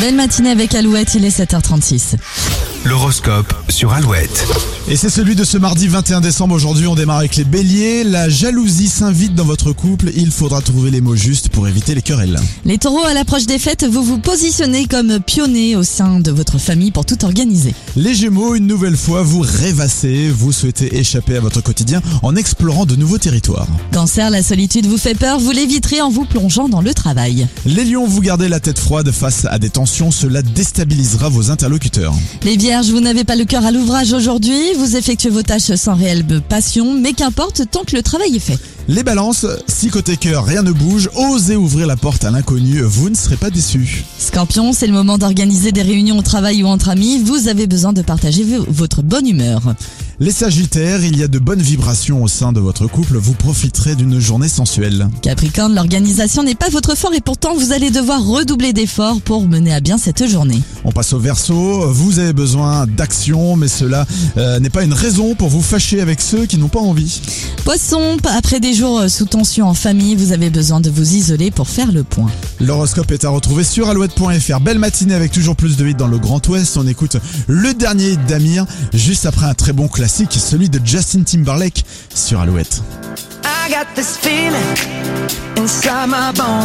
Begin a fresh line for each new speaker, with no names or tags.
Belle matinée avec Alouette, il est 7h36.
L'horoscope sur Alouette.
Et c'est celui de ce mardi 21 décembre. Aujourd'hui, on démarre avec les béliers. La jalousie s'invite dans votre couple. Il faudra trouver les mots justes pour éviter les querelles.
Les taureaux, à l'approche des fêtes, vous vous positionnez comme pionnier au sein de votre famille pour tout organiser.
Les gémeaux, une nouvelle fois, vous rêvassez. Vous souhaitez échapper à votre quotidien en explorant de nouveaux territoires.
Cancer, la solitude vous fait peur, vous l'éviterez en vous plongeant dans le travail.
Les lions, vous gardez la tête froide face à des tensions. Cela déstabilisera vos interlocuteurs.
Les vierges, vous n'avez pas le cœur à l'ouvrage aujourd'hui, vous effectuez vos tâches sans réelle passion, mais qu'importe tant que le travail est fait.
Les balances, si côté cœur rien ne bouge, osez ouvrir la porte à l'inconnu. Vous ne serez pas déçus.
Scorpion, c'est le moment d'organiser des réunions au travail ou entre amis, vous avez besoin de partager v- votre bonne humeur.
Les sagittaires, il y a de bonnes vibrations au sein de votre couple. Vous profiterez d'une journée sensuelle.
Capricorne, l'organisation n'est pas votre fort et pourtant vous allez devoir redoubler d'efforts pour mener à bien cette journée.
On passe au verso. Vous avez besoin d'action, mais cela euh, n'est pas une raison pour vous fâcher avec ceux qui n'ont pas envie.
Poisson, p- après des jours euh, sous tension en famille, vous avez besoin de vous isoler pour faire le point.
L'horoscope est à retrouver sur alouette.fr. Belle matinée avec toujours plus de hits dans le Grand Ouest. On écoute le dernier hit d'Amir, juste après un très bon classique, celui de Justin Timberlake sur Alouette.
I got this feeling inside my bones.